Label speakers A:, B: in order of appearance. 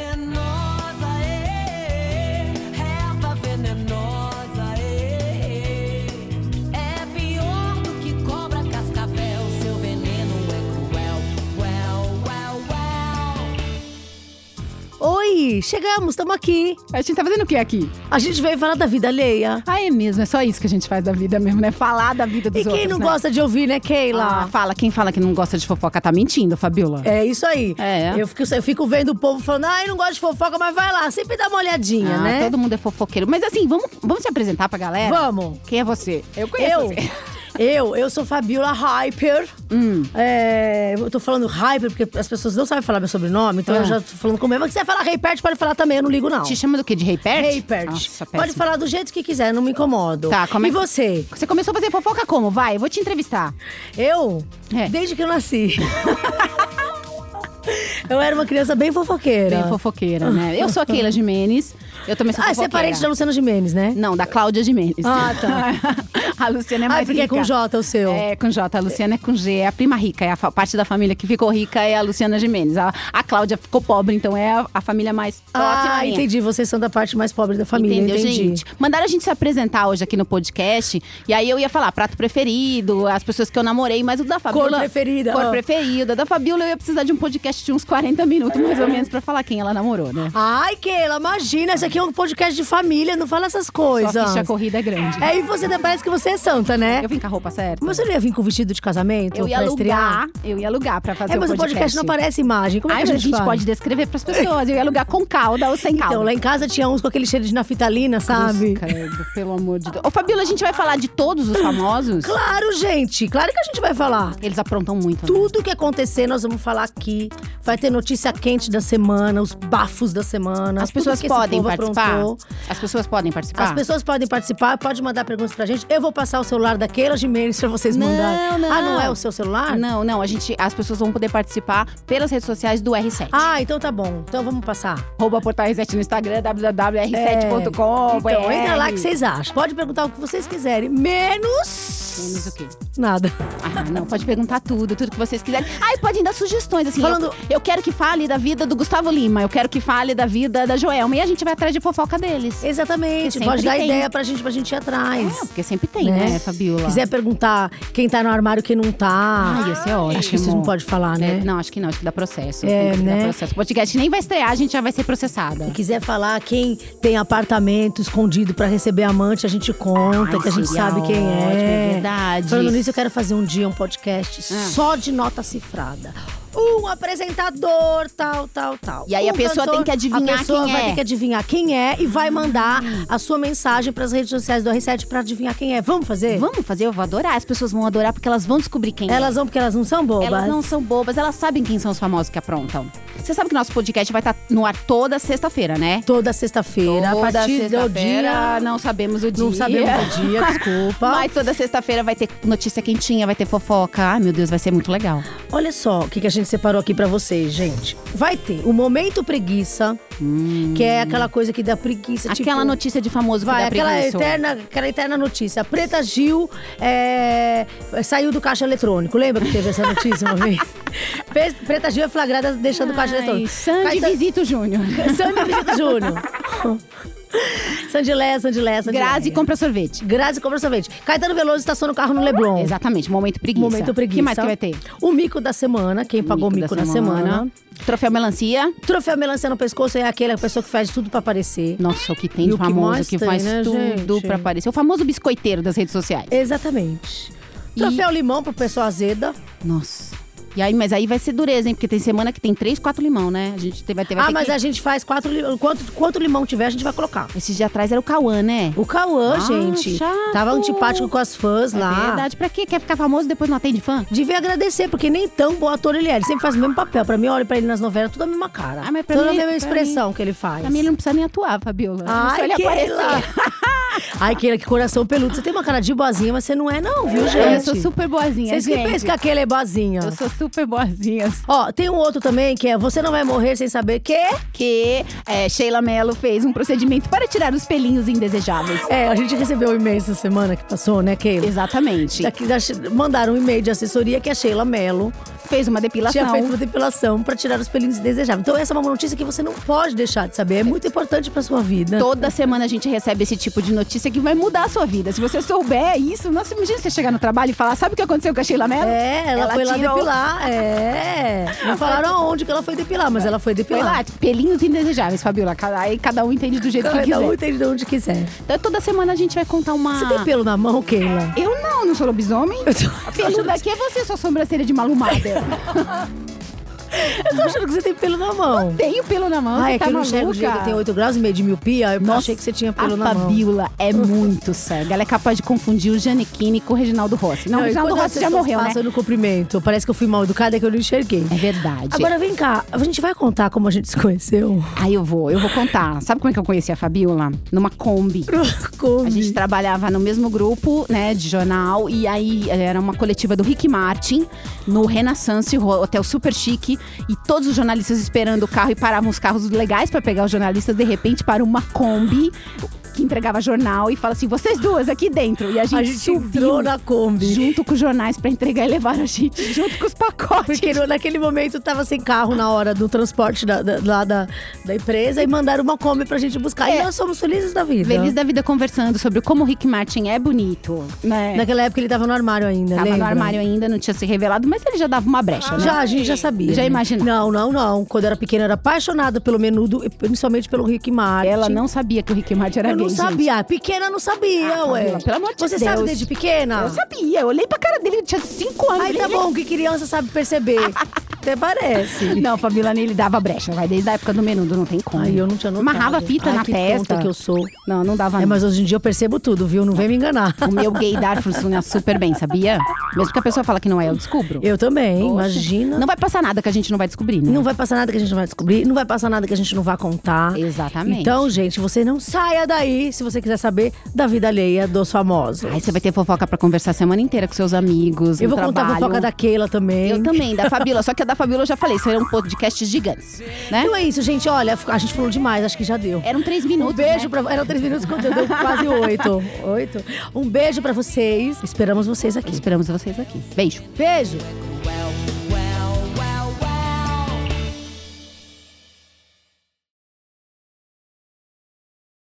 A: Venenosa, é, erva venenosa, é, é pior do que cobra cascavel. Seu veneno é cruel, well, well, well.
B: Oi, chegamos, estamos aqui.
C: A gente tá fazendo o que aqui?
B: A gente veio falar da vida alheia.
C: Ah, é mesmo, é só isso que a gente faz da vida mesmo, né? Falar da vida dos
B: E quem
C: outros,
B: não
C: né?
B: gosta de ouvir, né,
C: Ah,
B: Keila?
C: fala, quem fala que não gosta de fofoca tá mentindo, Fabiola.
B: É isso aí.
C: É.
B: Eu, fico, eu fico vendo o povo falando, ai, não gosto de fofoca, mas vai lá, sempre dá uma olhadinha,
C: Ah,
B: né?
C: Todo mundo é fofoqueiro. Mas assim, vamos, vamos se apresentar pra galera?
B: Vamos.
C: Quem é você? Eu
B: Eu,
C: você. Hum.
B: eu, eu sou Fabiola Hyper. É, eu tô falando Hyper porque as pessoas não sabem falar meu sobrenome, então
C: Ah.
B: eu já tô falando como é. Mas se você falar Hyper, pode falar também, eu não ligo não.
C: Te chama do quê? De rei perde?
B: Hyper.
C: Nossa,
B: Pode
C: péssimo.
B: falar do jeito que quiser, não me incomodo.
C: Tá, como é
B: E
C: que-
B: você?
C: Você começou a fazer fofoca como? Vai, eu vou te entrevistar.
B: Eu?
C: É.
B: Desde que eu nasci. eu era uma criança bem fofoqueira.
C: Bem fofoqueira, né? Eu sou a Keila Jimenez. Eu também sou
B: Ah, você é
C: fofoqueira.
B: parente da Luciana Gimenez, né?
C: Não, é da Cláudia Jimenez.
B: Ah,
C: tá. a Luciana é
B: Ah,
C: mais
B: porque é
C: rica.
B: com J o seu.
C: É, com J. A Luciana é com G. É a prima rica. É a fa- parte da família que ficou rica é a Luciana Jimenez. A, a Cláudia ficou pobre, então é a, a família mais próxima.
B: ah,
C: minha.
B: entendi. Vocês são da parte mais pobre da família,
C: Entendeu,
B: entendi.
C: gente? Mandaram a gente se apresentar hoje aqui no podcast. E aí eu ia falar prato preferido, as pessoas que eu namorei, mas o da Fabiola.
B: preferida, ah.
C: Cor
B: ó.
C: preferida. Da Fabiola eu ia precisar de um podcast de uns 40 minutos, mais ou menos, pra falar quem ela namorou, né?
B: Ai, Keila, imagina, esse aqui é um podcast de família, não fala essas coisas.
C: Só que a corrida é grande.
B: É, e você parece que você é santa, né?
C: Eu vim com a roupa certa.
B: Mas você não ia vir com vestido de casamento
C: Eu ia
B: pra estrear?
C: alugar, eu ia alugar pra fazer
B: É, mas
C: o
B: o podcast não aparece imagem. Como é
C: Ai,
B: que
C: mas
B: a gente, faz?
C: pode descrever pras pessoas. Eu ia alugar com calda ou sem calda.
B: Então, lá em casa tinha uns com aquele cheiro de naftalina, sabe?
C: Credo, pelo amor de Deus. Ô, Fabiola, a gente vai falar de todos os famosos?
B: Claro, gente. Claro que a gente vai falar.
C: Eles aprontam muito. né?
B: Tudo que acontecer, nós vamos falar aqui. Vai ter notícia quente da semana, os bafos da semana.
C: As
B: tudo
C: pessoas
B: que esse
C: podem
B: povo
C: participar? Ah.
B: aprontou.
C: As pessoas podem participar?
B: As pessoas podem participar, pode mandar perguntas pra gente. Eu vou passar o celular da Keila Gimenez pra vocês
C: Não,
B: mandarem.
C: não.
B: Ah, não é o seu celular?
C: Não, não. A gente, as pessoas vão poder participar pelas redes sociais do R7.
B: Ah, então tá bom. Então vamos passar.
C: Arroba portal R7 no Instagram, www.r7.com.
B: Então entra lá que vocês acham. Pode perguntar o que vocês quiserem. Menos.
C: Menos o quê?
B: Nada.
C: Ah, não, pode perguntar tudo, tudo que vocês quiserem. Ah, e podem dar sugestões, assim.
B: Falando-
C: Eu, eu quero que fale da vida do Gustavo Lima, eu quero que fale da vida da Joelma. E a gente vai atrás de fofoca
B: É,
C: deles.
B: Exatamente.
C: Porque
B: Pode
C: sempre
B: dar
C: tem.
B: ideia pra gente, pra gente ir atrás.
C: É, porque sempre tem, né, Fabiola?
B: Quiser perguntar quem tá no armário, quem não tá.
C: Ai, esse é ótimo.
B: Acho que isso não pode falar,
C: É,
B: né?
C: não, acho que não, acho que dá processo.
B: É,
C: Tem que dar
B: né?
C: processo. O podcast nem vai estrear, a gente já vai ser processada.
B: Quiser falar quem tem apartamento escondido pra receber amante, a gente conta,
C: Ai,
B: que a gente
C: seria
B: sabe quem
C: ótimo,
B: é.
C: é verdade. Ah.
B: Falando nisso, eu quero fazer um dia um podcast só de nota cifrada. Um apresentador, tal, tal, tal.
C: E aí a
B: Um
C: pessoa
B: cantor,
C: tem que adivinhar
B: A pessoa
C: quem
B: vai
C: é.
B: ter que adivinhar quem é e vai mandar a sua mensagem pras redes sociais do R7 pra adivinhar quem é. Vamos fazer?
C: Vamos fazer, eu vou adorar. As pessoas vão adorar porque elas vão descobrir quem é.
B: Elas vão porque elas não são bobas.
C: Elas não são bobas, elas sabem quem são os famosos que aprontam. Você sabe que nosso podcast vai estar no ar toda sexta-feira, né?
B: Toda sexta-feira, a
C: Toda
B: partir do
C: sexta-feira,
B: dia.
C: Não sabemos o dia.
B: Não sabemos o dia, desculpa.
C: Mas toda sexta-feira vai ter notícia quentinha, vai ter fofoca. Ai, meu Deus, vai ser muito legal.
B: Olha só o que, que a gente separou aqui pra vocês, gente. Vai ter o momento preguiça, que é aquela coisa que dá preguiça.
C: Hum. Aquela
B: tipo,
C: notícia de famoso que
B: Vai,
C: dá
B: aquela
C: preguiça.
B: eterna, aquela eterna notícia. Preta Gil é, saiu do caixa eletrônico. Lembra que teve essa notícia uma vez? Fez- Preta Gil é flagrada deixando o caixa
C: Ai,
B: eletrônico.
C: Sandy
B: Caetano-
C: Visito Júnior.
B: Sandy Visita Júnior. Sandilé, Sandilé, Sandilé.
C: Grazi compra sorvete.
B: Grazi compra sorvete. Caetano Veloso estaciona o carro no Leblon.
C: Exatamente, momento preguiça.
B: Momento preguiça.
C: O que mais que vai ter?
B: O mico da semana, quem pagou mico, na semana.
C: Troféu melancia.
B: Troféu melancia no pescoço é aquela pessoa que faz tudo pra aparecer.
C: Nossa, o que tem
B: E
C: de
B: o que
C: famoso
B: mais
C: que,
B: tem,
C: faz
B: né,
C: tudo
B: gente? É.
C: pra aparecer. O famoso biscoiteiro das redes sociais.
B: Exatamente.
C: E-
B: Troféu limão pra pessoa azeda.
C: Nossa. E aí, mas aí vai ser dureza, hein? Porque tem semana que tem três, quatro limão, né? A gente te- vai ter, vai
B: ah,
C: ter
B: mas
C: que...
B: a gente faz quatro limão. Quanto, quanto limão tiver, a gente vai colocar.
C: Esses dias atrás era o Cauã, né?
B: O Cauã,
C: Ah,
B: gente,
C: chato.
B: tava antipático com as fãs
C: É
B: lá.
C: verdade. Pra quê? Quer ficar famoso e depois não atende fã?
B: Devia agradecer, porque nem tão bom ator ele é. Ele sempre faz o mesmo papel. Pra mim, eu olho pra ele nas novelas, tudo a mesma cara.
C: Ah, mas pra
B: Toda
C: mim-
B: a mesma
C: pra
B: expressão que ele faz.
C: Pra mim, ele não precisa nem atuar, Fabiola.
B: Ai,
C: Só ele
B: Keila!
C: aparecer.
B: Ai, que, que coração peludo. Você tem uma cara de boazinha, mas você não é, não, viu, gente?
C: Eu sou super boazinha,
B: Vocês que
C: gente.
B: pensam que aquele é boazinha?
C: Eu sou super boazinha.
B: Ó, tem um outro também que é Você Não Vai Morrer Sem Saber Que.
C: Que é, Sheila Mello fez um procedimento para tirar os pelinhos indesejáveis.
B: É, a gente recebeu um e-mail essa semana que passou, né, Keila?
C: Exatamente.
B: Daqui, da- mandaram um e-mail de assessoria que a Sheila Mello
C: Fez uma depilação.
B: tinha feito uma depilação pra tirar os pelinhos desejáveis. Então essa é uma notícia que você não pode deixar de saber. É muito importante pra sua vida.
C: Toda semana a gente recebe esse tipo de notícia que vai mudar a sua vida. Se você souber isso, nossa, imagina você chegar no trabalho e falar: sabe o que aconteceu com a Sheila Mello?
B: É, ela, foi lá
C: tirou-
B: depilar. É. Não falaram aonde que ela foi depilar, mas ela foi
C: Foi
B: depilar.
C: lá, pelinhos indesejáveis, Fabiola. Cada- Aí cada um entende do jeito que
B: Cada
C: quiser.
B: um entende de onde quiser.
C: Então toda semana a gente vai contar uma.
B: Você tem pelo na mão, Keila?
C: Eu não, não sou lobisomem.
B: Eu tô-
C: Peludo daqui é você, sua sobrancelha de malumada.
B: Eu tô achando que você tem pelo na mão.
C: Tenho pelo na mão,
B: Ai,
C: você
B: é que
C: tá
B: eu não
C: maluca?
B: enxergo direito, eu tenho 8 graus e meio de miopia. Eu
C: Nossa, Ah,
B: achei que você tinha pelo
C: a
B: na mão.
C: Fabiola é muito cega. Ela é capaz de confundir o Janequine com o Reginaldo Rossi. Não, o
B: e
C: Reginaldo
B: quando as
C: Rossi já
B: pessoas
C: morreu, né?
B: passam no cumprimento. Parece que eu fui mal educada que eu não enxerguei.
C: É verdade.
B: Agora vem cá, a gente vai contar como a gente se conheceu?
C: Aí eu vou, eu vou contar. Sabe como é que eu conheci a Fabiola? Numa Kombi.
B: Como?
C: A gente tá trabalhava no mesmo grupo, né, de jornal. E aí eh, era uma coletiva do Rick Martin, no Renaissance, ro- hotel super chique. E todos os jornalistas esperando o carro e paravam os carros legais pra pegar os jornalistas. De repente, para uma Kombi que entregava jornal e fala assim: vocês duas aqui dentro. E a gente,
B: A gente
C: subiu
B: entrou na Kombi.
C: junto com os jornais pra entregar e levaram a gente junto com os pacotes.
B: Porque no- naquele momento eu tava sem carro na hora do transporte da, da- lá da, da empresa e mandaram uma Kombi pra gente buscar. E
C: É.
B: nós somos felizes da vida.
C: Feliz da vida conversando sobre como o Rick Martin é bonito, né?
B: Naquela época ele tava no armário ainda,
C: Tava no
B: lembra?
C: armário ainda, não tinha se revelado, mas ele já dava uma brecha, né?
B: Já, a gente já sabia.
C: Já
B: né?
C: imaginava.
B: Não, não, não. Quando eu era pequena, eu era apaixonada pelo menudo, e principalmente pelo Rick Martin.
C: Ela não sabia que o Rick Martin era
B: Eu
C: gay,
B: não sabia. Pequena eu não sabia,
C: Ah,
B: ué.
C: Camila, pelo amor de
B: Você sabe
C: Deus.
B: desde
C: gente.
B: pequena?
C: Eu sabia, eu olhei pra cara dele, ele tinha cinco anos.
B: Ai, tá
C: ele-
B: bom, que criança sabe perceber. Até parece.
C: Não, Fabiola, ele dava brecha, vai, desde a época do menudo, não tem como.
B: Ai, eu não tinha notado.
C: Amarrava a fita
B: Ai,
C: na
B: que
C: testa.
B: tonta que eu sou.
C: Não, não dava
B: É,
C: não.
B: mas hoje em dia eu percebo tudo, viu? Não vem me enganar.
C: O meu gaydar funciona super bem, sabia? Mesmo que a pessoa fala que não é, eu descubro.
B: Eu também,
C: Poxa.
B: imagina.
C: Não vai passar nada que a gente não vai descobrir, né?
B: Não vai passar nada que a gente não vai descobrir, não vai passar nada que a gente não vai contar.
C: Exatamente.
B: Então, gente, você não saia daí se você quiser saber da vida alheia dos famosos.
C: Aí você vai ter fofoca pra conversar a semana inteira com seus amigos,
B: Eu
C: no
B: vou contar a
C: um trabalho.
B: fofoca da Keila também.
C: Eu também, né? da Fabiola. Só que a da Fabiola eu já falei, serão podcasts gigantes, né?
B: Então é isso, gente. Olha, a gente falou demais, acho que já deu.
C: Eram três É minutos,
B: Um beijo
C: né?
B: pra. Era três minutos quando eu dei quase oito. Oito? Um beijo pra vocês. Esperamos vocês aqui.
C: Esperamos vocês aqui. Beijo.
B: Beijo!
A: Well, well.